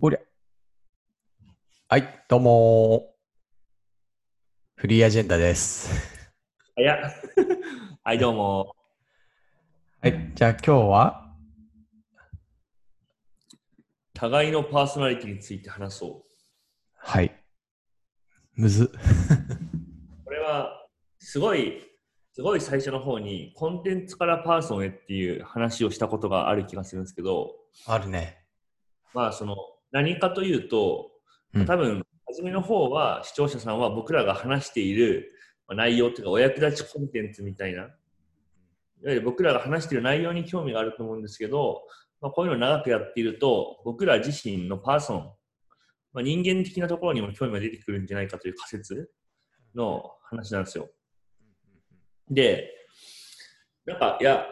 おりゃ。はい、どうもーフリーアジェンダです。いや、 はい、どうも。はい、じゃあ今日は互いのパーソナリティについて話そはい。むず。う。これは、すごい、すごい最初の方に、コンテンツからパーソンへっていう話をしたことがある気がするんですけど、あるね。まあ、その、何かというとうん、多分、初めの方は、視聴者さんは僕らが話しているまあ内容というか、お役立ちコンテンツみたいな、いわゆる僕らが話している内容に興味があると思うんですけど、まあ、こういうのを長くやっていると、僕ら自身のパーソン、まあ、人間的なところにも興味が出てくるんじゃないかという仮説の話なんですよ。で、なんか、いや、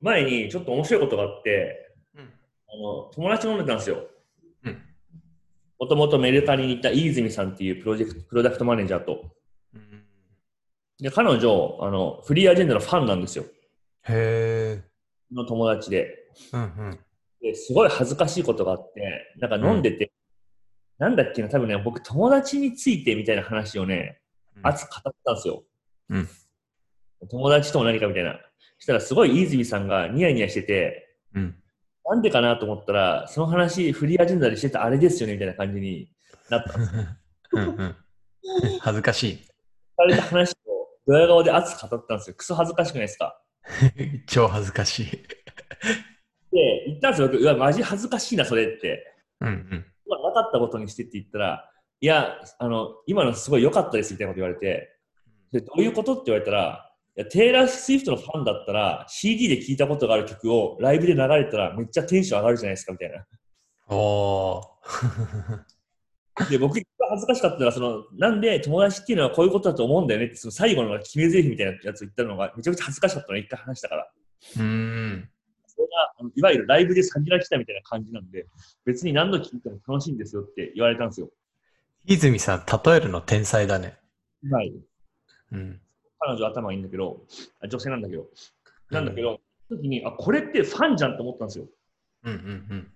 前にちょっと面白いことがあって、あの友達飲んでたんですようん。もともとメルカリにいた飯泉さんっていうプロジェクトプロダクトマネージャーと。うんで、彼女、あの、フリーアジェンダのファンなんですよ。への友達で。ーうんうん。ですごい恥ずかしいことがあって、なんか飲んでて、なんだっけな、多分ね、僕友達についてみたいな話をね、熱く語ったんですよ。うん友達とも何かみたいな。そしたらすごい飯泉さんがニヤニヤしてて、うん。なんでかなと思ったら、その話、フリーアジェンダでしてたあれですよね、みたいな感じになった。うん うん。恥ずかしされた話をドヤ顔で熱く語ったんですよ。クソ恥ずかしくないですか。い。 超恥ずかしい。で、言ったんですよ、僕、うわ、マジ恥ずかしいな、それって。うんうん。まあ、なかったことにしてって言ったら、いや、あの、今のすごい良かったですみたいなこと言われて、で、どういうことって言われたら、いや、テイラー・スウィフトのファンだったら、CD で聴いたことがある曲をライブで流れたら、めっちゃテンション上がるじゃないですか、みたいな。おー。で、僕、一番恥ずかしかったのは、その、なんで友達っていうのはこういうことだと思うんだよねって、その最後の決め台詞みたいなやつを言ったのが、めちゃくちゃ恥ずかしかったの、一回話したから。うーん。それがあのいわゆるライブで先が来たみたいな感じなんで、別に何度聴いても楽しいんですよって言われたんですよ。泉さん、例えるの天才だね。はい。うん。彼女頭いいんだけど、あ女性なんだけど、なんだけど、その時に、あ、これってファンじゃんと思ったんですよ。うんうん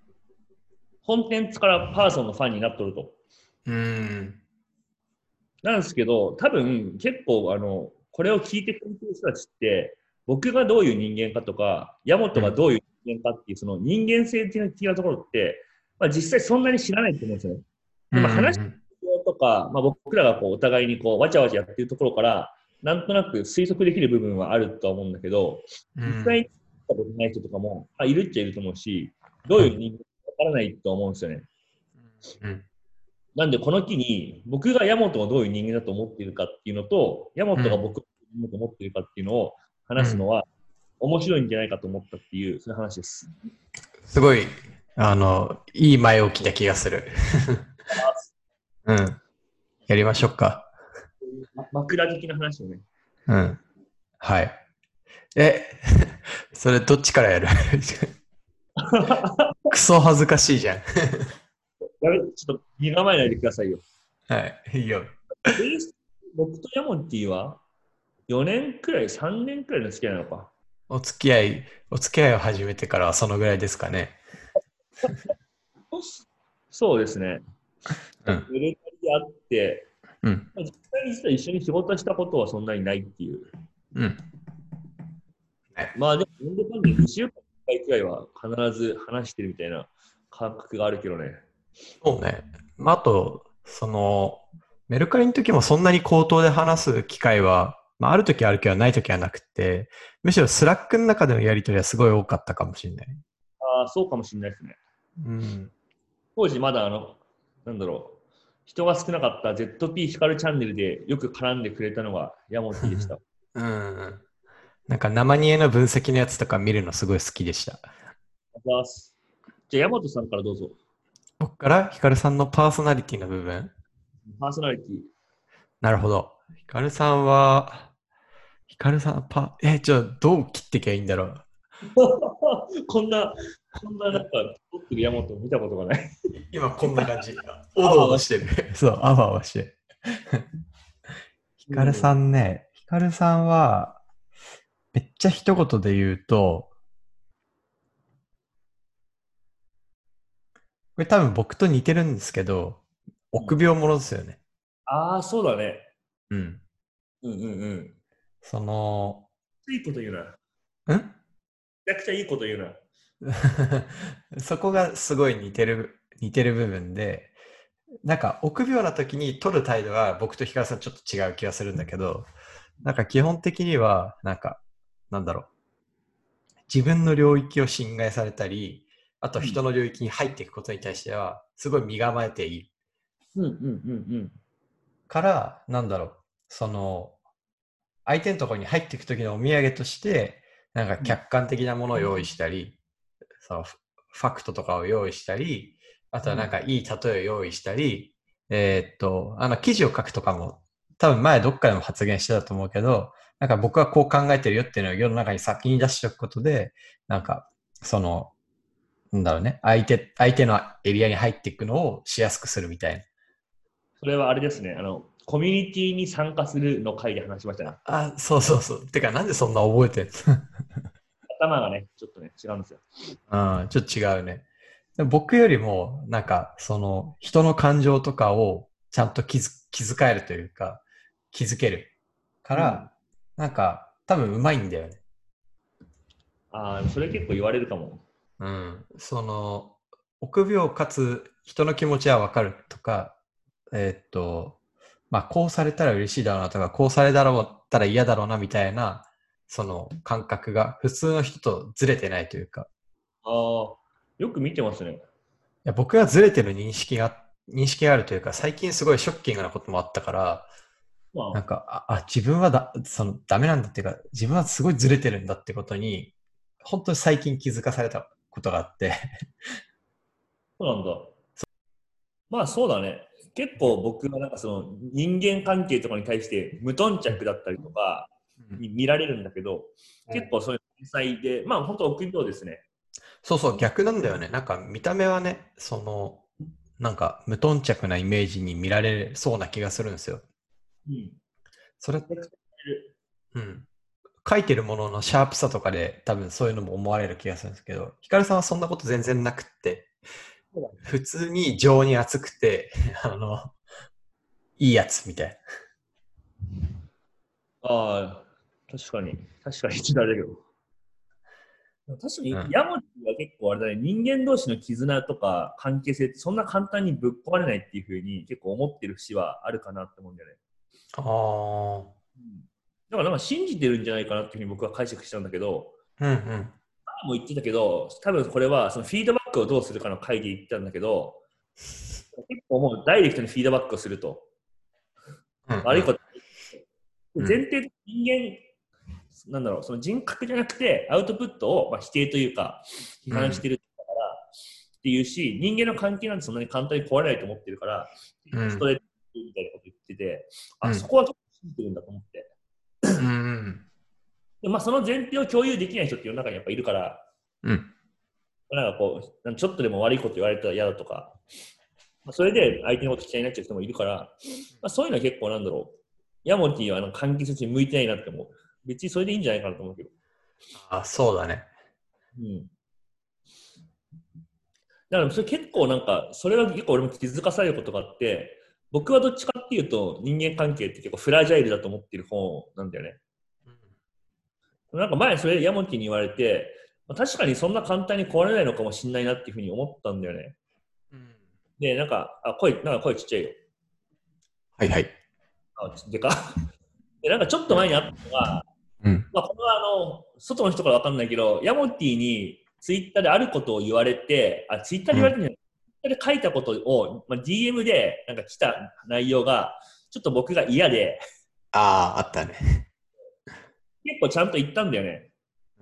コンテンツからパーソンのファンになっとると。うん。うーん。なんですけど、多分結構、あの、これを聞いてくれてる人たちって、僕がどういう人間かとか、ヤモトがどういう人間かっていう、その人間性的なところって、まあ、実際そんなに知らないと思うんですよね。でも話うんとか、まあ、僕らがこうお互いにこうわちゃわちゃやってるところから、なんとなく推測できる部分はあるとは思うんだけど、うん実際に会ったことない人とかも、あいるっちゃいると思うし、どういう人間かわからないと思うんですよね。うんなんで、この機に、僕がヤモトがどういう人間だと思っているかっていうのと、ヤモトが僕がどういう人間だと思っているかっていうのを話すのは、面白いんじゃないかと思ったっていう、そういう話です。すごい、あの、いい前置きだ気がする。 うん。やりましょうか。ま枕的な話をね。うん。はい。え、 それどっちからやる クソ恥ずかしいじゃん。やべ、ちょっと身構えないでくださいよ。はい。いいよ。僕とヤモティは、4年くらい、3年くらいの付き合いなのか。お付き合い、お付き合いを始めてからはそのぐらいですかね。そうですね。うん。メルカリであって、うん。まあ実際に実は一緒に仕事したことはそんなにないっていう。うん。まあでも、なんでかんで2週間に1回くらいは必ず話してるみたいな感覚があるけどね。そうね。まあ、あと、その、メルカリの時もそんなに口頭で話す機会は、まあ、ある時はあるけどない時はなくて、むしろスラックの中でのやり取りはすごい多かったかもしれない。ああ、そうかもしれないですね。うん。当時まだあの、なんだろう、人が少なかった ZP ヒカルチャンネルでよく絡んでくれたのがヤモティ でした。うん。なんか生煮えの分析のやつとか見るのすごい好きでした。あざーすじゃあ、ヤモトさんからどうぞ。僕からヒカルさんのパーソナリティの部分。パーソナリティ。なるほど。ヒカルさんは、ヒカルさん、パ、え、じゃあどう切ってきゃいいんだろう。 こんな、こんななんか、撮ってるヤモトを見たことがない。今こんな 感じ。おどおどしてる。そう、あわあわしてる。 ヒカルさんね、ヒカルさんは、めっちゃ一言で言うと、れ多分僕と似てるんですけど、臆病者ですよね。ああ、そうだね。うん。うんうんうん。その、いいこと言うな。めんちゃくちゃいいこと言うな。 そこがすごい似てる、似てる部分で、なんか臆病な時に取る態度が僕とヒカルさんちょっと違う気がするんだけど、なんか基本的には、なんか、なんだろう。自分の領域を侵害されたり、あと人の領域に入っていくことに対しては、すごい身構えているうんうんうんうん。から、なんだろう、その、相手のところに入っていく時のお土産として、なんか客観的なものを用意したり、そのフファクトとかを用意したり、あとはなんかいい例えを用意したり、えーっと、あの記事を書くとかも、多分前どっかでも発言してたと思うけど、なんか僕はこう考えてるよっていうのを世の中に先に出しておくことで、なんか、その、なんだろうね、相手、相手のエリアに入っていくのをしやすくするみたいな。それはあれですね。あの、コミュニティに参加するの回で話しましたね。あ、そうそうそう。てか、なんでそんな覚えてん頭がね、ちょっとね、違うんですよ。の うん、ちょっと違うね。でも僕よりも、なんか、その、人の感情とかをちゃんと気づ気遣えるというか、気づけるから、なんか、多分うまいんだよね。ああ、それ結構言われるかも。うん。その、臆病かつ人の気持ちはわかるとか、えーっと、まあ、こうされたら嬉しいだろうなとか、こうされたらたら嫌だろうなみたいな、その感覚が普通の人とずれてないというか、ああ、よく見てますね。いや僕がずれてる認識が、認識があるというか、最近すごいショッキングなこともあったから、まなんあ、か、あ、あ自分はだ、その、ダメなんだっていうか、自分はすごいずれてるんだってことに、本当に最近気づかされたことがあって、そうなんだ。まあ、そうだね。結構僕はなんかその人間関係とかに対して無頓着だったりとかに見られるんだけど、結構そういう天才で、まあ本当臆病ですね。そうそう、逆なんだよね。なんか、見た目はね、その、なんか、無頓着なイメージに見られそうな気がするんですよ。うん。それって、うん。書いてるもののシャープさとかで、多分そういうのも思われる気がするんですけど、ヒカルさんはそんなこと全然なくってそうだね、普通に情に熱くて、 あの、いいやつみたいああ、確かに。確かに、ちょっとあれだけど。確かに、うんヤモチは結構あれだね、人間同士の絆とか関係性ってそんな簡単にぶっ壊れないっていうふうに結構思ってる節はあるかなって思うんだよね。な。あだからなんか信じてるんじゃないかなっていうふうに僕は解釈したんだけど、あ。うんうん。前も言ってたけど、多分これはそのフィードバックをどうするかの会で言ったんだけど、結構もうダイレクトにフィードバックをすると。うん悪いこと。うん前提と人間、なんだろう、その人格じゃなくて、アウトプットをまあ否定というか、批判してるから、っていうし、人間の関係なんてそんなに簡単に壊れないと思ってるから、うんストレートみたいなこと言ってて、うあ、んそこは結構信じてるんだと思って。うんでまあ、その前提を共有できない人って世の中にやっぱいるから、うん。うん。なんかこう、なんかちょっとでも悪いこと言われたら嫌だとか、まあ、それで相手のこと嫌いになっちゃう人もいるから、まあ、そういうのは結構なんだろう、ヤモティはあの関係性に向いてないなって思う。別にそれでいいんじゃないかなと思うけど。あ、そうだね。うん。だからそれ結構なんか、それは結構俺も気づかされることがあって、僕はどっちかっていうと人間関係って結構フラジャイルだと思ってる方なんだよね。なんか前それヤモティに言われて、まあ確かにそんな簡単に壊れないのかもしれないなっていうふうに思ったんだよね。うんで、なんか、あ、声、なんか声ちっちゃいよ。はいはい。あ、ちょっとでか。 で、なんかちょっと前にあったのが、うん。まあ、これはあの、外の人からわかんないけど、ヤモティにツイッターであることを言われて、あ、ツイッターで言われてんじゃない、ツイッターで書いたことを、まあ、DM でなんか来た内容が、ちょっと僕が嫌で、ああ、あったね。結構ちゃんと言ったんだよね。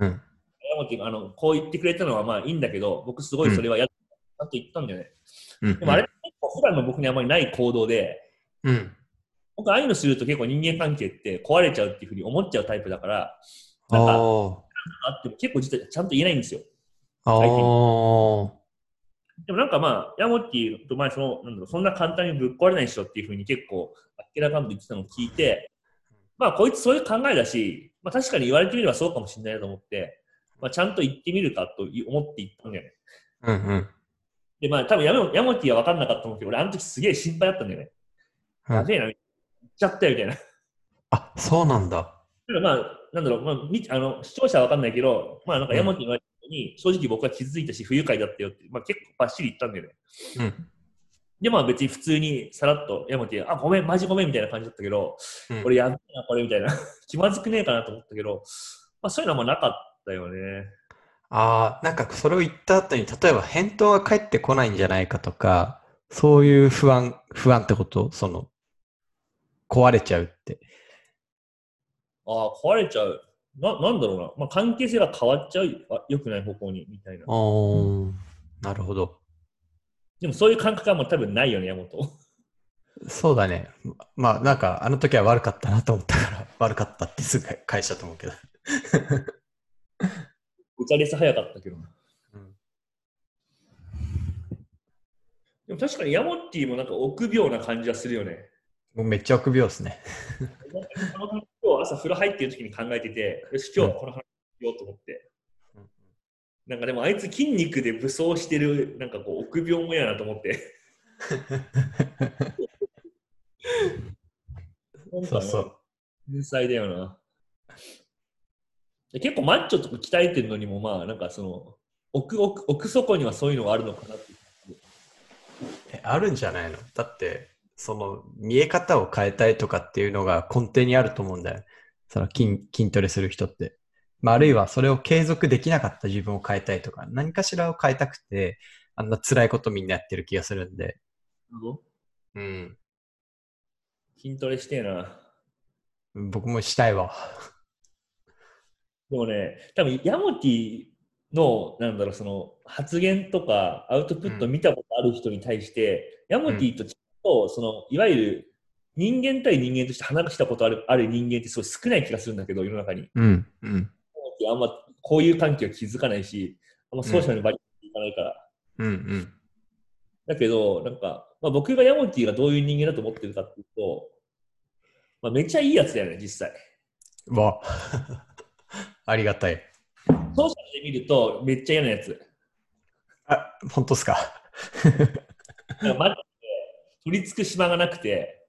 うん。ヤモティがあの、こう言ってくれたのはまあいいんだけど、僕すごいそれは嫌だ、ちゃんと言ったんだよね。うんでもあれって結構普段の僕にあまりない行動で、うん。僕ああいうのすると結構人間関係って壊れちゃうっていうふうに思っちゃうタイプだから、あなんーかあっても結構実はちゃんと言えないんですよ。あー。でもなんかまあ、ヤモッティと前その、なんだろう、そんな簡単にぶっ壊れない人っていうふうに結構、明らかに言ってたのを聞いて、まあこいつそういう考えだし、まあ確かに言われてみればそうかもしれないなと思って、まあちゃんと言ってみるかと思って言ったんだよね。うんうん。で、まあ、多分ヤモヤモティは分かんなかったと思うけど、俺、あの時すげえ心配だったんだよね。はいやべえな、行っちゃったよ、みたいな。だかあ、そうなんだ。らまあ、なんだろう、まあ、みあの視聴者は分かんないけど、まあ、なんかヤモティの言われたことに、正直僕は気づいたし、不愉快だったよって、まあ、結構バッシリ言ったんだよね。うん。で、まあ、別に普通にさらっとヤモティ、あ、ごめん、マジごめん、みたいな感じだったけど、うん俺、やべえな、これ、みたいな。 気まずくねえかなと思ったけど、まあ、そういうのはまあなかったよね。ああ、なんかそれを言った後に、例えば返答が返ってこないんじゃないかとか、そういう不安、不安ってこと、その、壊れちゃうって。ああ、壊れちゃう。な、なんだろうな。まあ、関係性が変わっちゃう。あ良くない方向に、みたいな。おー、なるほど。でも、そういう感覚はもう多分ないよね、山本。そうだね。まあ、なんか、あの時は悪かったなと思ったから、悪かったってすぐ返したと思うけど。打ち上げさ早かったけどな。うんでも確かにヤモッティもなんか臆病な感じはするよね。もうめっちゃ臆病ですね。この話今日朝風呂入ってる時に考えてて、よし、今日はこの話しようと思って。うんなんかでもあいつ筋肉で武装してる、なんかこう臆病もやなと思って。そうそう。天才だよな。で結構マッチョとか鍛えてるのにも、まあ、なんかその、奥奥奥底にはそういうのがあるのかなって。えあるんじゃないのだって、その見え方を変えたいとかっていうのが根底にあると思うんだよ。その筋筋トレする人って。まあ、あるいはそれを継続できなかった自分を変えたいとか、何かしらを変えたくて、あんな辛いことみんなやってる気がするんで。うん。筋トレしてえな。僕もしたいわ。でもね、多分ヤモティの、なんだろう、その発言とかアウトプットうん見たことある人に対して、ヤモティとちょっと、その、いわゆる人間対人間として話したことあるある人間ってすごい少ない気がするんだけど、世の中に。うん。うん。あんまこういう関係は気づかないし、あんまソーシャルのバリアいかないから。うん。うん。だけど、なんか、まあ、僕がヤモティがどういう人間だと思ってるかっていうと、まあ、めっちゃいいやつだよね、実際。わ。 ありがたい。ソーシャルで見ると、めっちゃ嫌なやつ。あ、本当っすか。なんかマジで取り付く島がなくて、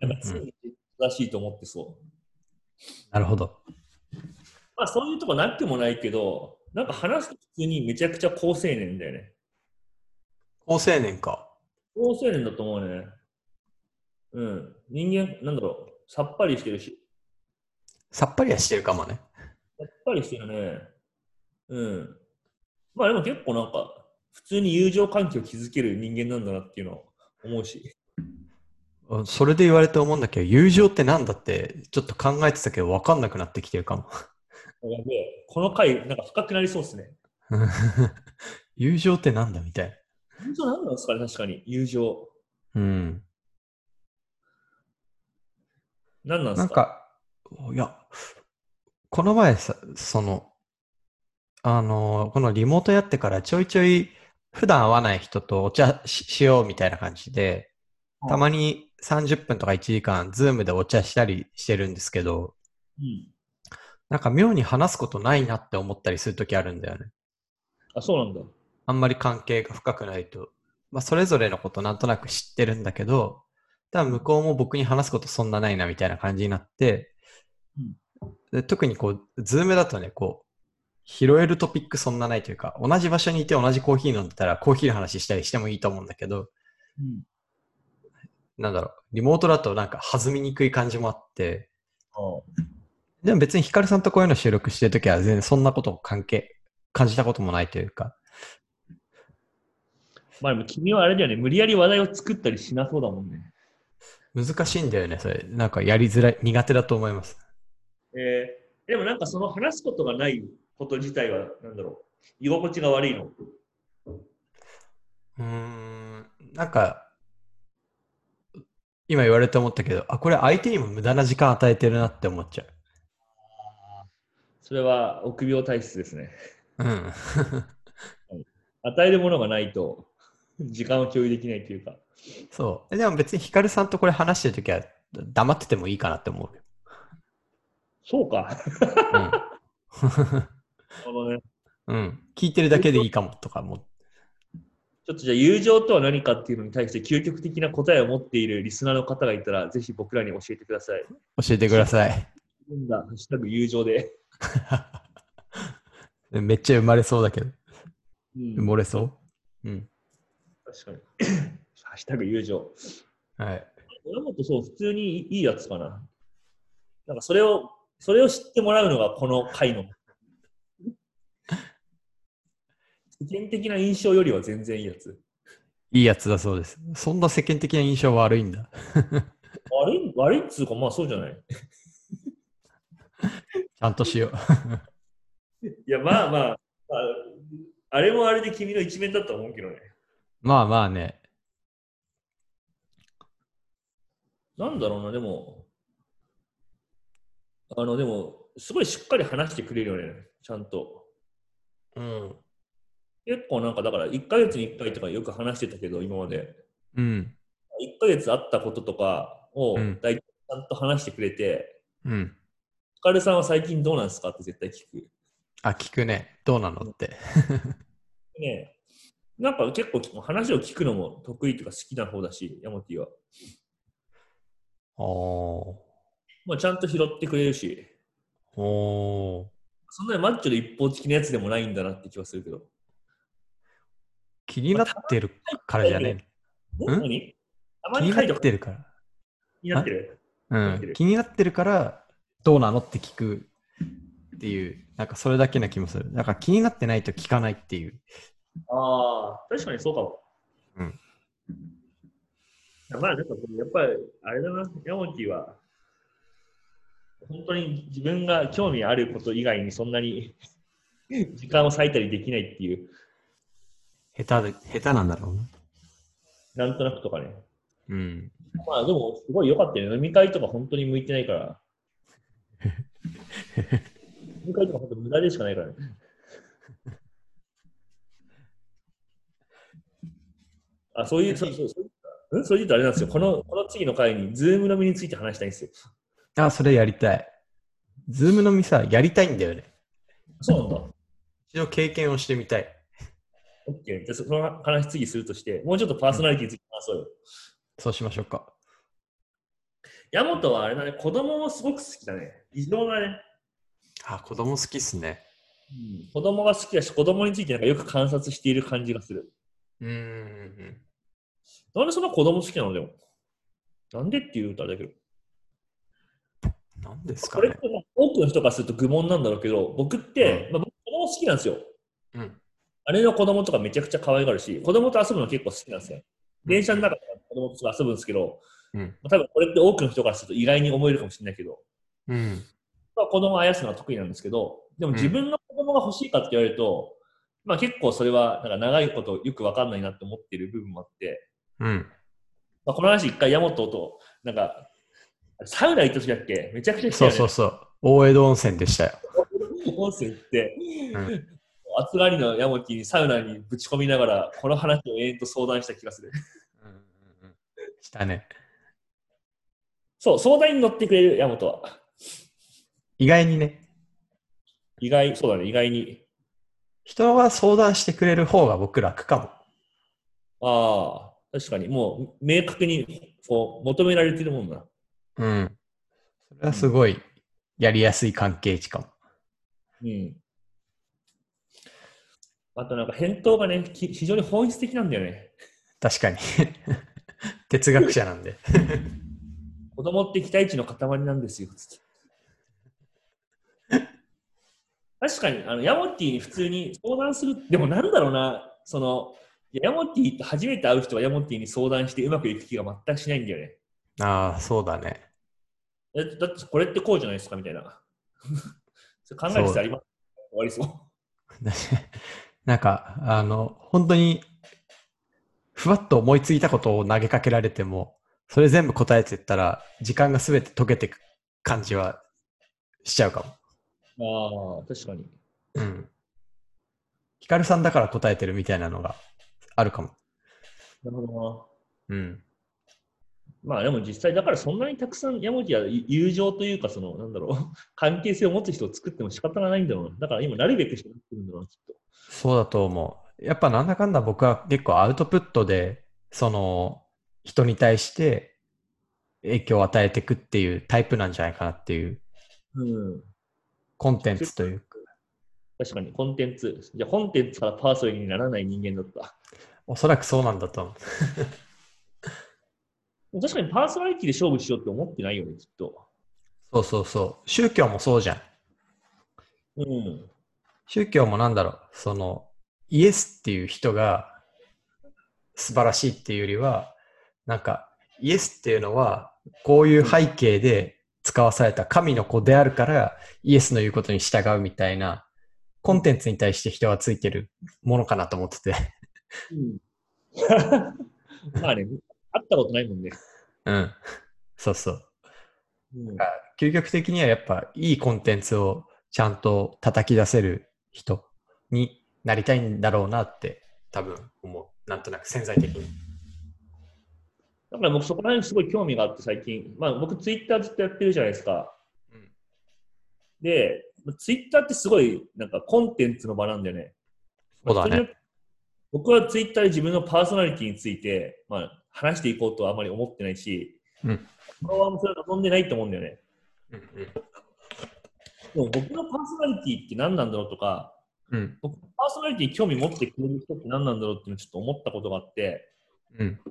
なんか常に正しいと思ってそう。なるほど。まあそういうとこなくてもないけど、なんか話すと普通にめちゃくちゃ高青年だよね。高青年か。高青年だと思うね。うん。人間、なんだろう、さっぱりしてるし、さっぱりはしてるかもね。さっぱりしてるね。うん。まあでも結構なんか、普通に友情関係を築ける人間なんだなっていうのを思うし。うんそれで言われて思うんだけど、友情ってなんだって、ちょっと考えてたけど、わかんなくなってきてるかも。 やべえこの回、なんか深くなりそうですね。友情ってなんだみたい友情なんなんですかね、確かに。友情。な。うん。なんなんでなすんかか、いや、この前さ、その、あの、このリモートやってからちょいちょい、普段会わない人とお茶ししようみたいな感じで、はいたまに30分とか1時間、ズームでお茶したりしてるんですけど、うん、なんか妙に話すことないなって思ったりするときあるんだよね。あ、そうなんだ。あんまり関係が深くないと、まあ、それぞれのことなんとなく知ってるんだけど、多分向こうも僕に話すことそんなないなみたいな感じになって、で特にこう、ズームだとね、こう、拾えるトピックそんなないというか、同じ場所にいて同じコーヒー飲んでたらコーヒーの話したりしてもいいと思うんだけど、うん、なんだろう、リモートだとなんか弾みにくい感じもあって、あでも別にヒカルさんとこういうの収録してるときは全然そんなことを関係、感じたこともないというか、まあでも君はあれだよね、無理やり話題を作ったりしなそうだもんね。難しいんだよね、それ。なんかやりづらい、苦手だと思います。えーでもなんかその話すことがないこと自体は、なんだろう、居心地が悪いの。うーん、なんか、今言われて思ったけど、あ、これ相手にも無駄な時間与えてるなって思っちゃう。それは臆病体質ですね。うん。与えるものがないと、時間を共有できないというか。そう。えでも別にヒカルさんとこれ話してるときは黙っててもいいかなって思うよ。そうか。なるほどね。うん。うん。聞いてるだけでいいかもとかも。ちょっとじゃあ友情とは何かっていうのに対して究極的な答えを持っているリスナーの方がいたら、ぜひ僕らに教えてください。教えてください。なんだ、ハッシュタグ友情で。めっちゃ生まれそうだけど。うん埋もれそう。うん。確かに。ハッシュタグ友情。はい。俺もっとそう、普通にいいやつかな。なんかそれを、それを知ってもらうのがこの回の。世間的な印象よりは全然いいやつ。いいやつだそうです。そんな世間的な印象は悪いんだ。悪い、悪いっつうか、まあそうじゃない。ちゃんとしよう。いや、まあまあ、まあ、あれもあれで君の一面だと思うけどね。まあまあね。なんだろうな、でも、あの、でも、すごいしっかり話してくれるよね、ちゃんと。うん。結構なんか、だから、1ヶ月に1回とかよく話してたけど、今まで。うん。 1ヶ月あったこととかをうん大体ちゃんと話してくれて、うん。カルさんは最近どうなんですかって絶対聞く。あ、聞くね。どうなのって。ねなんか結構話を聞くのも得意とか好きな方だし、ヤモティは。おまあ、ちゃんと拾ってくれるし、ー。おー。そんなにマッチョで一方的なやつでもないんだなって気はするけど。気になってるからじゃねん何たえま気にに書いなてってるから。になってる。うん、気になってるからどうなのって聞くっていうなんかそれだけな気もするなんか気になってないと聞かないっていうああ、確かにそうかも。うんいや。まあ、なんかこのやっぱり、あれだな、ヤモティは、本当に自分が興味あること以外にそんなに 時間を割いたりできないっていう、下手で下手なんだろうななんとなくとかね。うんまあ、でも、すごい良かったよね。飲み会とか本当に向いてない から。飲み会とか本当無駄でしかないから ね。あ、そういう、そうそう、そういううんそういうとあれなんですよ。この、この次の回に、ズーム飲みについて話したいんですよ。あそれやりたいズームのみさやりたいんだよねそうなんだ。一度経験をしてみたいオッケー。じゃあ、その話次するとして、もうちょっとパーソナリティについて話そうよ。そうしましょうかヤモトはあれだね、子供もすごく好きだね。異常なね。あ子供好きっすね子供が好きだし、子供についてなんかよく観察している感じがする。うんうんなんでそんな子供好きなのでも。なんでっていうとあれだけど。何ですこれってまあ多くの人からすると愚問なんだろうけど、僕って、まあ、僕子供好きなんですよ。うん姉の子供とかめちゃくちゃ可愛がるし、子供と遊ぶの結構好きなんですよ。電車の中で子供と遊ぶんですけど、うんまあ多分これって多くの人からすると意外に思えるかもしれないけど、うんまあ、子供をあやすのは得意なんですけど、でも自分の子供が欲しいかって言われると、まあ結構それはなんか長いことよくわかんないなって思ってる部分もあって、うんまあ、この話一回ヤモトと、なんか、サウナ行った時だっけめちゃくちゃ来たそようね。そうそう大江戸温泉でしたよ、温泉行って、うん、暑がりのヤモティにサウナにぶち込みながら、この話を延々と相談した気がする。したねそう、相談に乗ってくれる、ヤモトは。意外にね意外、そうだね、意外に。人が相談してくれる方が僕楽かもああ、確かに、もう明確にこう求められてるもんな。うん。それはすごいやりやすい関係値かも。うん。あとなんか返答がね、き非常に本質的なんだよね。確 かに。哲学者なんで。子供って期待値の塊なんですよ、つって。確かに、あの、ヤモティに普通に相談する。でもなんだろうな、その、いやヤモティと初めて会う人はヤモティに相談してうまくいく気が全くしないんだよね。ああ、そうだね。 えだってこれってこうじゃないですかみたいな。 それ考える必要あります終わりそう。なんか、あの、本当に、ふわっと思いついたことを投げかけられても、それ全部答えてったら、時間が全て溶けてく感じはしちゃうかああ、確かに。も。うん。ヒカルさんだから答えてるみたいなのがあるかも。なるほどうん。な。まあでも実際、だからそんなにたくさんヤモティは友情というか、その、なんだろう、関係性を持つ人を作っても仕方がないんだろうな。だから今、なるべくしてなってるんだろうな、きっと。そうだと思う。やっぱなんだかんだ僕は結構アウトプットで、その、人に対して影響を与えていくっていうタイプなんじゃないかなっていう、うん。コンテンツというか、確かに、コンテンツ。じゃあ、コンテンツからパーソナルにならない人間だった。おそらくそうなんだと思う。確かに、パーソナリティで勝負しようって思ってないよね、きっと。そうそうそう。宗教もそうじゃん。うん。宗教もなんだろう、その、イエスっていう人が素晴らしいっていうよりは、なんか、イエスっていうのは、こういう背景で使わされた神の子であるから、イエスの言うことに従うみたいな、コンテンツに対して人はついてるものかなと思ってて。 うん、 まあね、会ったことないもんね。うん。そうそう。うん、究極的にはやっぱ、いいコンテンツをちゃんと叩き出せる人になりたいんだろうなって、多分思う。なんとなく潜在的に。だから僕、そこら辺すごい興味があって、最近。まあ、僕、ツイッターずっとやってるじゃないですか。うんで、ツイッターってすごい、なんか、コンテンツの場なんだよね。そうだねまあれによって僕はツイッターで自分のパーソナリティについて、まあ、話していこうとはあまり思ってないし、うんフォロワーもそれを望んでないと思うんだよね。うんうんでも僕のパーソナリティって何なんだろうとか、うん。僕のパーソナリティに興味持ってくれる人って何なんだろうっていうのをちょっと思ったことがあって、うん。なんで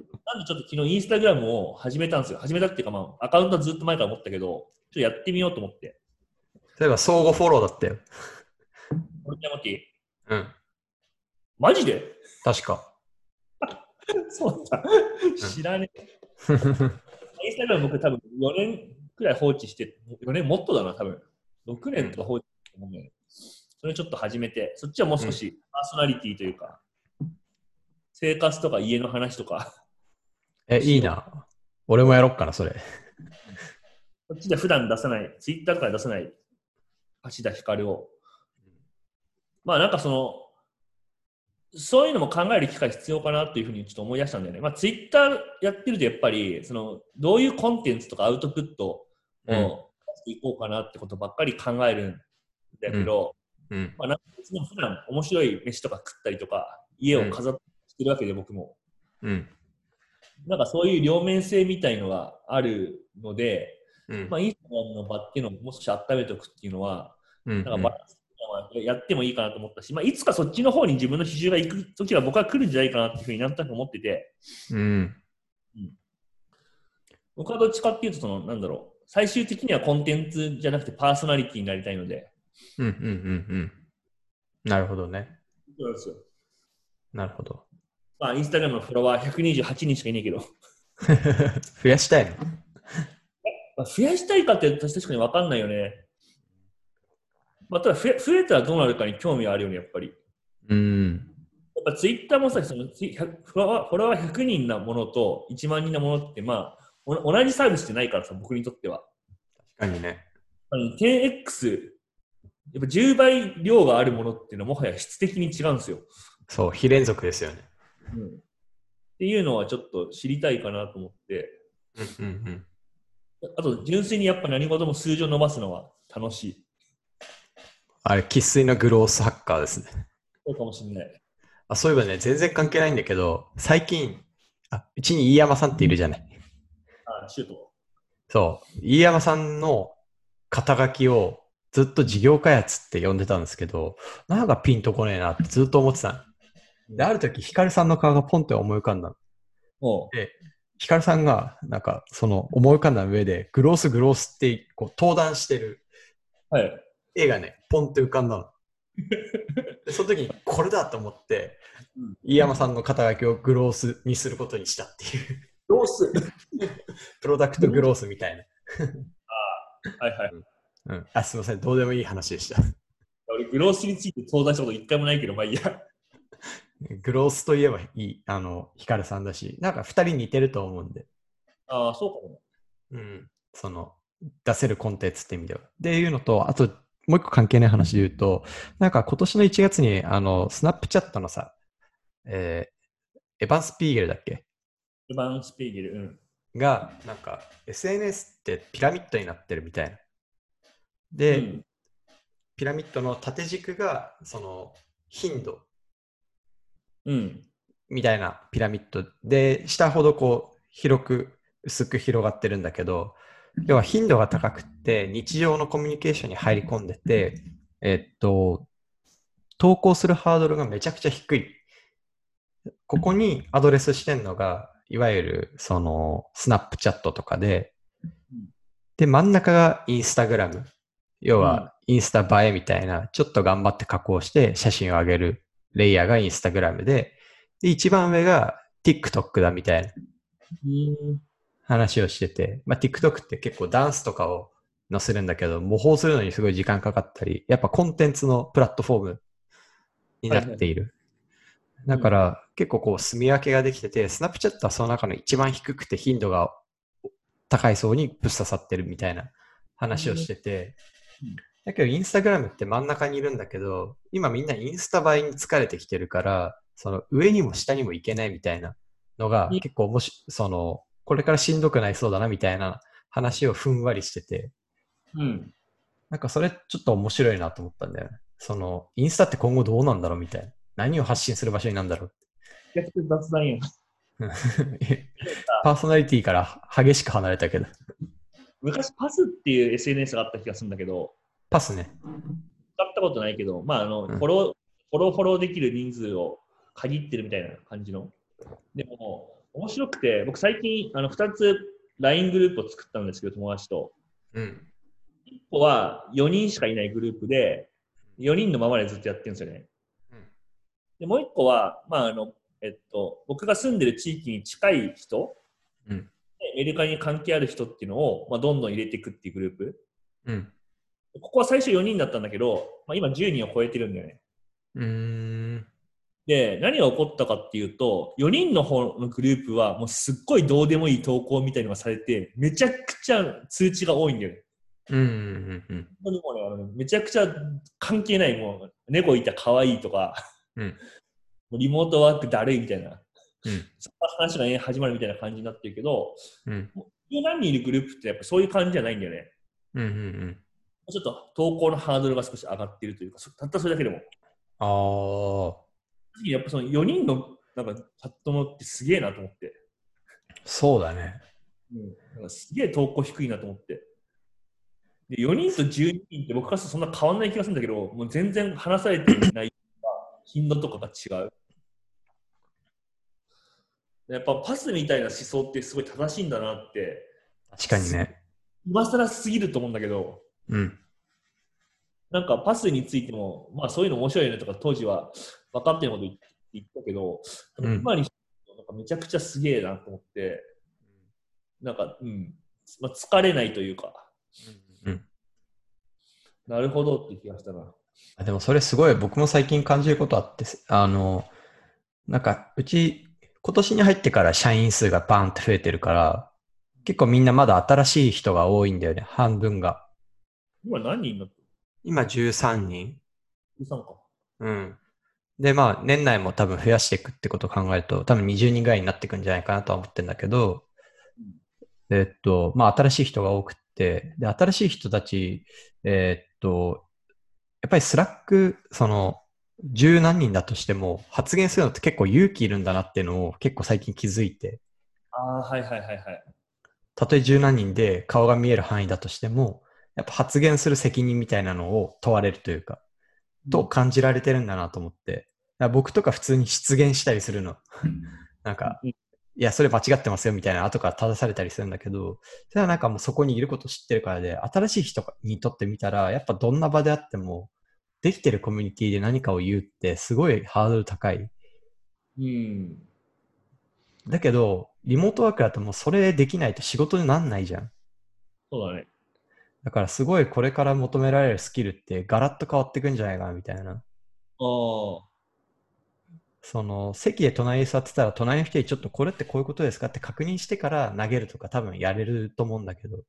ちょっと昨日インスタグラムを始めたんですよ。始めたっていうか、まあ、アカウントはずっと前から持ったけど、ちょっとやってみようと思って。例えば、相互フォローだったよ。森山キうん。マジで確 か。そうだ。 知らねえ。うインスタグラム僕多分4年くらい放置して、4年もっとだな、多分。6年とか放置してると思うんだよね。それちょっと始めて、そっちはもう少しパーソナリティというか、生活とか家の話とか、え、いいな。俺もやろっかな、それ。こっちで普段出さない、ツイッターとかで出さない、橋田ひかるを。まあなんかその、そういうのも考える機会必要かなというふうにちょっと思い出したんだよね。まあツイッターやってるとやっぱり、その、どういうコンテンツとかアウトプットをうん出していこうかなってことばっかり考えるんだけど、うん。まあなんか別に普段面白い飯とか食ったりとか、家を飾ってるわけで僕も。うん。なんかそういう両面性みたいのがあるので、うんまあ、インスタグラムの場っていうのももう少し温めておくっていうのは、うんなんかバランスっていうのはやってもいいかなと思ったし、まあ、いつかそっちの方に自分の比重が行く時が僕は来るんじゃないかなっていうふうになんとなく思ってて、うん。僕はどっちかっていうとその、なんだろう、最終的にはコンテンツじゃなくてパーソナリティになりたいので、うん。うん。うん。なるほどね。そうなんですよ。なるほど。 まあ、インスタグラムのフォロワー128人しかいないけど、 増やしたいのまあ、増やしたいかって確かに分かんないよね。まあ、ただ増え、増えたらどうなるかに興味はあるよね、やっぱり。うん。やっぱツイッターもさ、そのツイ100フォロワーフォロワー100人なものと1万人なものって、まあ、お同じサービスじゃないからさ、僕にとっては。確かにね。あの 10X、やっぱ10倍量があるものっていうのはもはや質的に違うんですよ。そう、非連続ですよね。っていうのはちょっと知りたいかなと思って、うん。うん。あと純粋にやっぱ何事も数字を伸ばすのは楽しい。あれ、生粋のグロースハッカーですね。そうかもしれない。あそういえばね、全然関係ないんだけど、最近、あ、うちに飯山さんっているじゃない。あ、シュート。そう。飯山さんの肩書きをずっと事業開発って呼んでたんですけど、なんかピンとこねえなってずっと思ってたの。で、ある時、ヒカルさんの顔がポンって思い浮かんだの。おうヒカルさんが、なんか、その思い浮かんだ上で、グロースグロースって、こう、登壇してるはい。絵がね、ポンって浮かんだの。でその時に、これだと思ってうん、飯山さんの肩書きをグロースにすることにしたっていう、どうするプロダクトグロースみたい はいはい。な。うん。あ、すいません、どうでもいい話でした。俺、グロースについて登壇したこと一回もないけど、まあいいや。グロースといえばいい、あの、ヒカルさんだし、なんか二人似てると思うんで、ああ、そうかもね。うん、その、出せるコンテンツって意味では。っていうのと、あと、もう一個関係ない話で言うと、なんか今年の1月に、あの、スナップチャットのさ、えーエヴァン・スピーゲルだっけエヴァン・スピーゲル、うん。が、なんか、SNS ってピラミッドになってるみたいな。うで、んピラミッドの縦軸が、その、頻度。うん。みたいなピラミッドで、下ほどこう、広く、薄く広がってるんだけど、要は頻度が高くって、日常のコミュニケーションに入り込んでて、えっと、投稿するハードルがめちゃくちゃ低い。ここにアドレスしてんのが、いわゆる、その、スナップチャットとかでうん、で、真ん中がインスタグラム。要は、インスタ映えみたいな、ちょっと頑張って加工して写真を上げるレイヤーがインスタグラムで、で、一番上が TikTok だみたいな話をしてて、まあ、TikTok って結構ダンスとかを載せるんだけど、模倣するのにすごい時間かかったり、やっぱコンテンツのプラットフォームになっている。いはいだから、結構こう、住み分けができてて、スナップチャットはその中の一番低くて頻度が高い層にぶっ刺さってるみたいな話をしててうん、だけど、インスタグラムって真ん中にいるんだけど、今みんなインスタ映えに疲れてきてるから、その上にも下にも行けないみたいなのがうん結構もし、その、これからしんどくなりそうだなみたいな話をふんわりしてて、うん。なんかそれちょっと面白いなと思ったんだよね。その、インスタって今後どうなんだろうみたいな。何を発信する場所になんだろう逆に雑談やん。って。パーソナリティから激しく離れたけど。昔パスっていう SNS があった気がするんだけど、パスね。使ったことないけど、まああの、んフォロー、フォローフォローできる人数を限ってるみたいな感じの。でも、面白くて、僕最近、あの、2つ LINE グループを作ったんですけど、友達と。うん。 1個は4人しかいないグループで、4人のままでずっとやってるんですよね。で、もう1個は、まああの、えっと、僕が住んでる地域に近い人、うんでメルカリに関係ある人っていうのを、まあ、どんどん入れていくっていうグループ。うん。ここは最初4人だったんだけど、まあ、今10人を超えてるんだよね。うーん。で、何が起こったかっていうと、4人の方のグループは、もうすっごいどうでもいい投稿みたいのがされて、めちゃくちゃ通知が多いんだよね。うん。うん。うん。本当にもうねあのめちゃくちゃ関係ない、もう、猫いた可愛いとか、うんもうリモートワークだるいみたいな、うんそこから話が、ね、始まるみたいな感じになってるけど、うん。十何人いるグループってやっぱそういう感じじゃないんだよね。うん。うん。ちょっと投稿のハードルが少し上がってるというか、そたったそれだけでも。あー。やっぱその4人のなんかチャットもってすげえなと思って。そうだね。うん、なんかすげえ投稿低いなと思って。で4人と12人って僕からするとそんな変わんない気がするんだけど、もう全然話されていない頻度とかが違う。やっぱパスみたいな思想ってすごい正しいんだなって、確かにね。今更すぎると思うんだけど、うん。なんかパスについても、まあそういうの面白いよねとか当時は分かってること言って言ったけど、うん今にしてもなんかめちゃくちゃすげえなと思って、なんか、うん、まあ、疲れないというか、うん。なるほどって気がしたな。あでもそれすごい僕も最近感じることあって、あの、なんかうち今年に入ってから社員数がバーンって増えてるから、結構みんなまだ新しい人が多いんだよね、半分が。今何人だっ今13人。た ?13 か。うん。で、まあ年内も多分増やしていくってことを考えると、多分20人ぐらいになっていくんじゃないかなとは思ってるんだけど、えっと、まあ新しい人が多くって、で、新しい人たち、えっと、やっぱりスラック、その、十何人だとしても、発言するのって結構勇気いるんだなっていうのを結構最近気づいて、ああ、はいはいはいはい。たとえ十何人で顔が見える範囲だとしても、やっぱ発言する責任みたいなのを問われるというか、と感じられてるんだなと思って、だから僕とか普通に失言したりするの。なんか、うんいや、それ間違ってますよみたいな後から正されたりするんだけど、それはなんかもうそこにいること知ってるからで、新しい人にとってみたら、やっぱどんな場であっても、できてるコミュニティで何かを言うってすごいハードル高い。うん。だけど、リモートワークだともうそれできないと仕事になんないじゃん。そうだね。だからすごいこれから求められるスキルってガラッと変わってくんじゃないかなみたいな。ああ。その席で隣に座ってたら隣の人にちょっとこれってこういうことですかって確認してから投げるとか多分やれると思うんだけど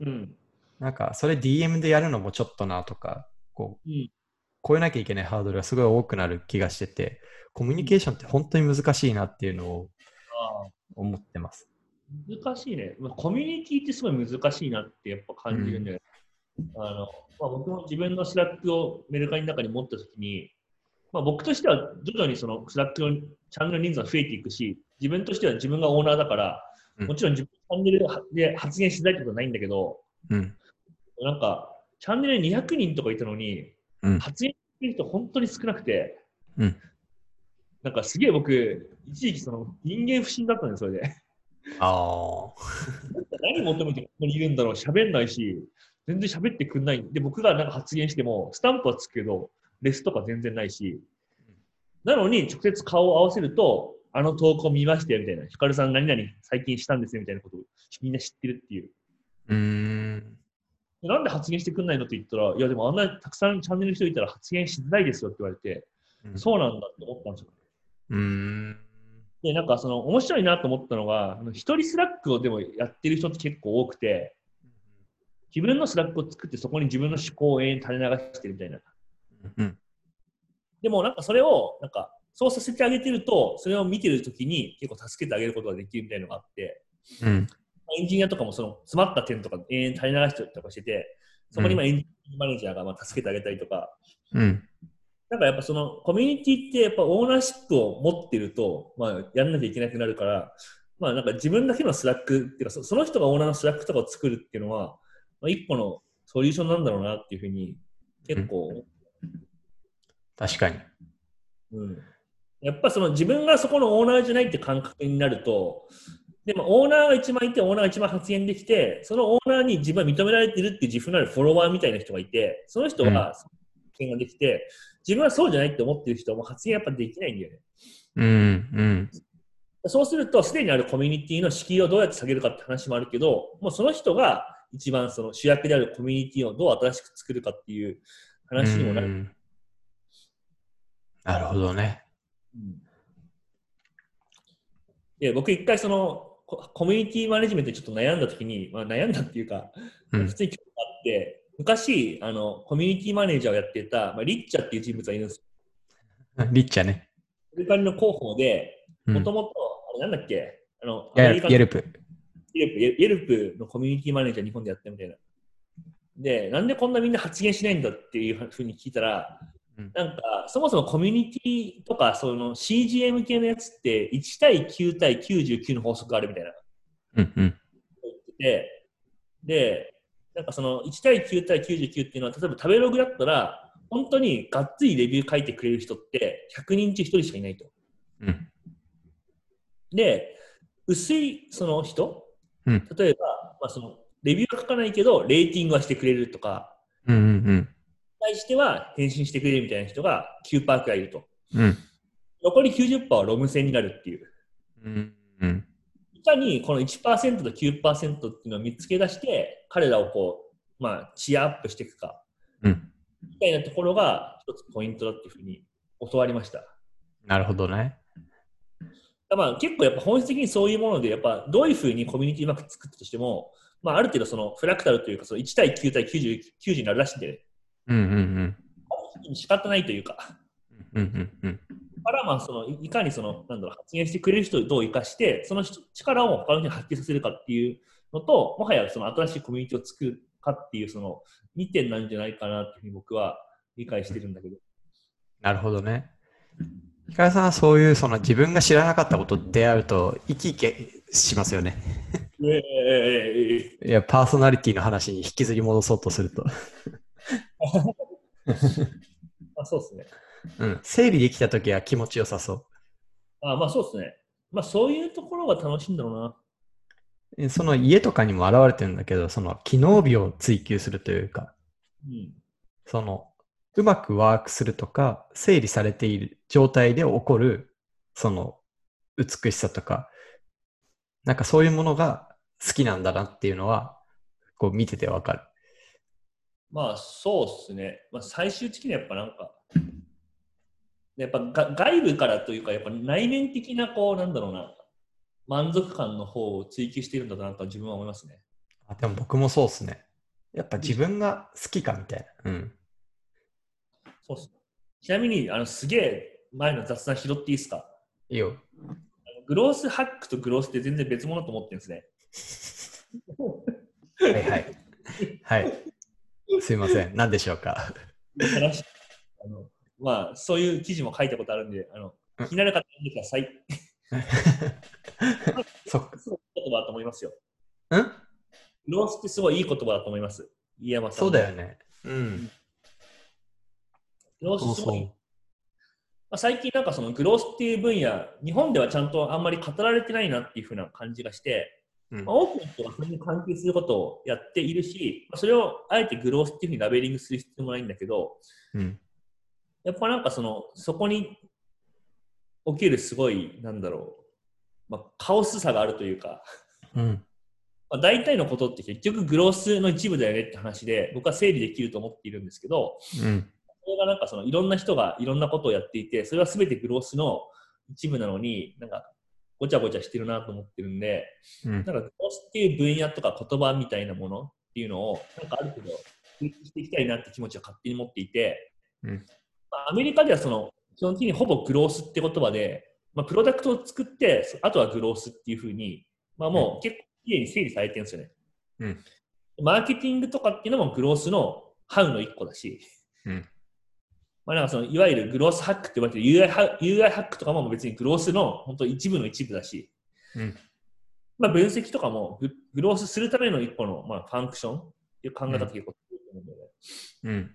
うん。なんかそれ DM でやるのもちょっとなとかこううん超えなきゃいけないハードルがすごい多くなる気がしててコミュニケーションって本当に難しいなっていうのをああ。思ってます。難しいね。まあ、コミュニティってすごい難しいなってやっぱ感じるんだよね。あの、まあ、僕も自分のスラックをメルカリの中に持ったときに、まあ、僕としては徐々にそのスラックのチャンネル人数が増えていくし、自分としては自分がオーナーだから、うんもちろん自分のチャンネルで発言しづらいってことはないんだけど、うん。なんか、チャンネルに200人とかいたのに、うん発言してる人本当に少なくて、うんなんかすげえ僕、一時期その人間不信だったんですよ、それで。 ああ。何求めてここにいるんだろう、喋んないし、全然喋ってくんない。で、僕がなんか発言しても、スタンプはつくけど、レスとか全然ないし、なのに直接顔を合わせると、あの投稿見ましたよみたいな、ヒカルさん何々最近したんですよみたいなことをみんな知ってるっていう。うーん。でなんで発言してくんないのって言ったら、いやでもあんなにたくさんチャンネルの人いたら発言しづらいですよって言われて、うんそうなんだって思ったんですよ。うーん。で、なんかその面白いなと思ったのが、あの一人スラックをでもやってる人って結構多くて、自分のスラックを作ってそこに自分の思考を永遠垂れ流してるみたいな。うん。でもなんかそれを、なんかそうさせてあげてると、それを見てるときに結構助けてあげることができるみたいなのがあって、うん。エンジニアとかもその詰まった点とか永遠垂れ流してるとかしてて、そこに今エンジニアマネージャーがまあ助けてあげたりとか、うん。なんかやっぱそのコミュニティってやっぱオーナーシップを持ってると、まあやんなきゃいけなくなるから、まあなんか自分だけのスラックっていうか、そその人がオーナーのスラックとかを作るっていうのは、まあ一個のソリューションなんだろうなっていうふうに、結構、確かに。うんやっぱその自分がそこのオーナーじゃないって感覚になると、でもオーナーが一番いて、オーナーが一番発言できて、そのオーナーに自分は認められてるっていう自負のあるフォロワーみたいな人がいて、その人うんは発言ができて、自分はそうじゃないって思ってる人はもう発言やっぱできないんだよね。うん。うん。そうすると、すでにあるコミュニティの敷居をどうやって下げるかって話もあるけど、もうその人が一番その主役であるコミュニティをどう新しく作るかっていう話にもなうる。んなるほどね。で僕一回そのココミュニティマネジメントでちょっと悩んだ時に、まあ、悩んだっていうか、うん普通に興味があって昔あのコミュニティマネージャーをやってた、まあ、リッチャっていう人物がいるんですよ。リッチャね。それからの広報でうんもともとあれなんだっけあのアやメリカのやるプ。イエルプ、イエルイエルプのコミュニティマネージャー日本でやってるみたいな。で、なんでこんなみんな発言しないんだっていうふうに聞いたら、うんなんか、そもそもコミュニティとか、その CGM 系のやつって、1対9対99の法則があるみたいな。うんうん。で、で、なんかその1対9対99っていうのは、例えば食べログだったら、本当にがっつりレビュー書いてくれる人って、100人中1人しかいないと。うんで、薄いその人、うん例えば、まあ、そのレビューは書かないけど、レーティングはしてくれるとか、うんうん対しては返信してくれるみたいな人が9%くらいいると。うん。うん残り90%はロム線になるっていう。うんうんいかにこの1%と9%っていうのを見つけ出して、彼らをこう、まあ、チアアップしていくか、うん。みたいなところが一つポイントだっていうふうに教わりました。なるほどね。まあ、結構やっぱ本質的にそういうもので、やっぱどういうふうにコミュニティうまく作ったとしても、まあ、ある程度そのフラクタルというか、その1対9対90、90になるらしいんで、うんうんうん。仕方ないというか、うんうんうん。からまあそのいいかにそのなんだろう発言してくれる人をどう生かしてその人力を他の人に発揮させるかっていうのともはやその新しいコミュニティを作るかっていうその2点なんじゃないかなっていうふうに僕は理解してるんだけど、なるほどね。ひかりさんはそういうその自分が知らなかったことと出会うと生き生きしますよね。ええいや、パーソナリティの話に引きずり戻そうとすると。まあそうですねうん。整理できたときは気持ちよさそあまあそうですねまあそういうところが楽しいんだろうなうえ。その家とかにも現れてるんだけど、その機能美を追求するというか、うんその、うまくワークするとか、整理されている状態で起こる、その、美しさとか、なんかそういうものが好きなんだなっていうのは、こう見ててわかる。まあそうですね、まあ、最終的にはやっぱなんかやっぱが外部からというかやっぱ内面的なこうなんだろうな満足感の方を追求しているんだとなんか自分は思いますね。あでも僕もそうっすね。やっぱ自分が好きかみたいな。うん。そうっすちなみにあのすげえ前の雑談拾っていいですかいいよ。グロースハックとグロースって全然別物だと思ってるんですね。はいはい。はい。すいません。何でしょうか。話あのまあ、そういう記事も書いたことあるんで、あのうん気にならなかったら見てください。そっか。そういう言葉だと思いますよ。うんロースってすごいいい言葉だと思います。飯山さん。そうだよ。ね。うん。グローそスうすごい。そまあ、最近なんかそのグロースっていう分野、日本ではちゃんとあんまり語られてないなっていうふうな感じがして、う。うんまあ、多くの人がそれに関係することをやっているし、まあ、それをあえてグロースっていうふうにラベリングする必要もないんだけど、うん。やっぱなんかその、そこに起きるすごい、なんだろう、まあ、カオスさがあるというか、うん。まあ、大体のことって結局グロースの一部だよねって話で、僕は整理できると思っているんですけど、うん。それがなんかそのいろんな人がいろんなことをやっていて、それは全てグロースの一部なのに、なんかごちゃごちゃしてるなと思ってるんで、うんなんかグロースっていう分野とか言葉みたいなものっていうのを、なんかある程度、追求していきたいなって気持ちを勝手に持っていて、うんまあアメリカではその基本的にほぼグロースって言葉で、まあ、プロダクトを作って、そあとはグロースっていうふうに、まあ、もう結構きれいに整理されてるんですよね。うんマーケティングとかっていうのもグロースのハウの一個だし、うんまあ、なんかそのいわゆるグロースハックって言われてる UI ハ UI ハックとかも別にグロースの本当一部の一部だし、うんまあ、分析とかもググロースするための一個の、まあ、ファンクションっていう考え方結構強いと思うんだよね。うん。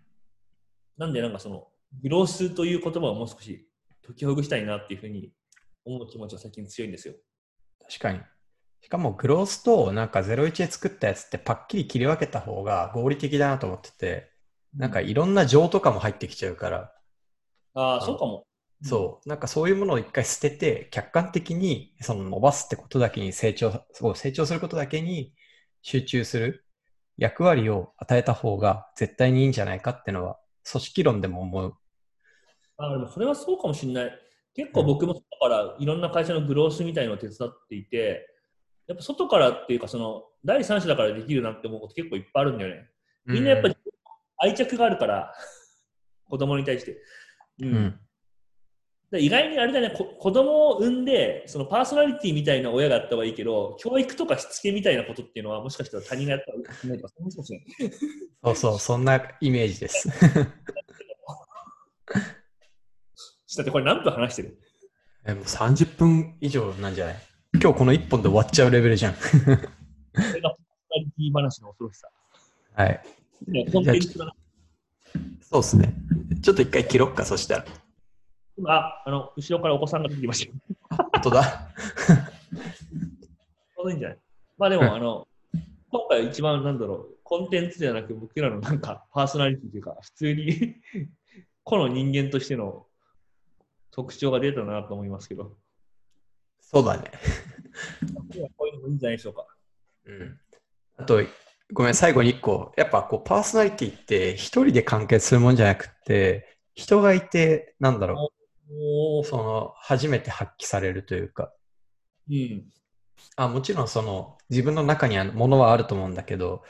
なんでなんかそのグロースという言葉をもう少し解きほぐしたいなっていうふうに思う気持ちは最近強いんですよ。確かに。しかも、グロースとなんか01で作ったやつってパッキリ切り分けた方が合理的だなと思ってて、なんかいろんな情とかも入ってきちゃうから、ああ、そうかも。そう、なんかそういうものを一回捨てて、客観的にその伸ばすってことだけに成長、そう成長することだけに集中する役割を与えた方が絶対にいいんじゃないかってのは、組織論でも思う。あーでもそれはそうかもしれない。結構僕も外からいろんな会社のグロースみたいのを手伝っていて、やっぱ外からっていうか、その第三者だからできるなって思うこと結構いっぱいあるんだよね。みんなやっぱり愛着があるから、 子供に対して。ううん、うん。で意外にあれだね、こ子供を産んで、そのパーソナリティみたいな親があったはいいけど、教育とかしつけみたいなことっていうのは、もしかしたら他人がやったらいけないとか、そんなことしないそうそう、そんなイメージです。だってこれ何分話してるえもう30分以上なんじゃない今日この1本で終わっちゃうレベルじゃん。これがパーソナリティ話の恐ろしさ。はい。ね、コンテンツだな。そうですね。ちょっと一回切ろっか、そしたら。今、ああの、後ろからお子さんが出てきました。ち本当だ。 ょうどいいんじゃないまあでも、うんあの、今回一番なんだろう、コンテンツではなく、僕らのなんかパーソナリティというか、普通に、 個の人間としての特徴が出たなと思いますけど、そうだね。こういうのもいいんじゃないでしょうか。うん。あと、ごめん、最後に1個。やっぱこう、パーソナリティって一人で完結するもんじゃなくて、人がいて、なんだろおう、その、初めて発揮されるというか。うん。あもちろんその自分の中にはものはあると思うんだけど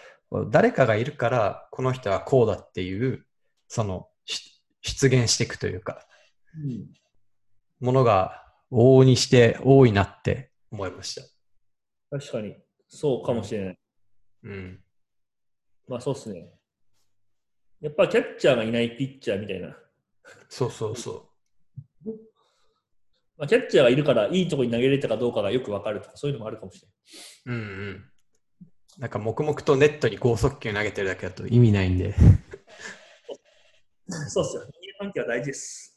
誰かがいるからこの人はこうだっていうそのし出現していくというかうん、ものが往々にして多いなって思いました。確かに、そうかもしれない。うん、まあそうっすね。やっぱキャッチャーがいないピッチャーみたいな。そうそうそまあ、キャッチャーがいるからいいとこに投げれたかどうかがよくわかるとか、そういうのもあるかもしれない。う。うんうん。なんか黙々とネットに剛速球投げてるだけだと意味ないんで。そうっすよ。人間関係は大事です。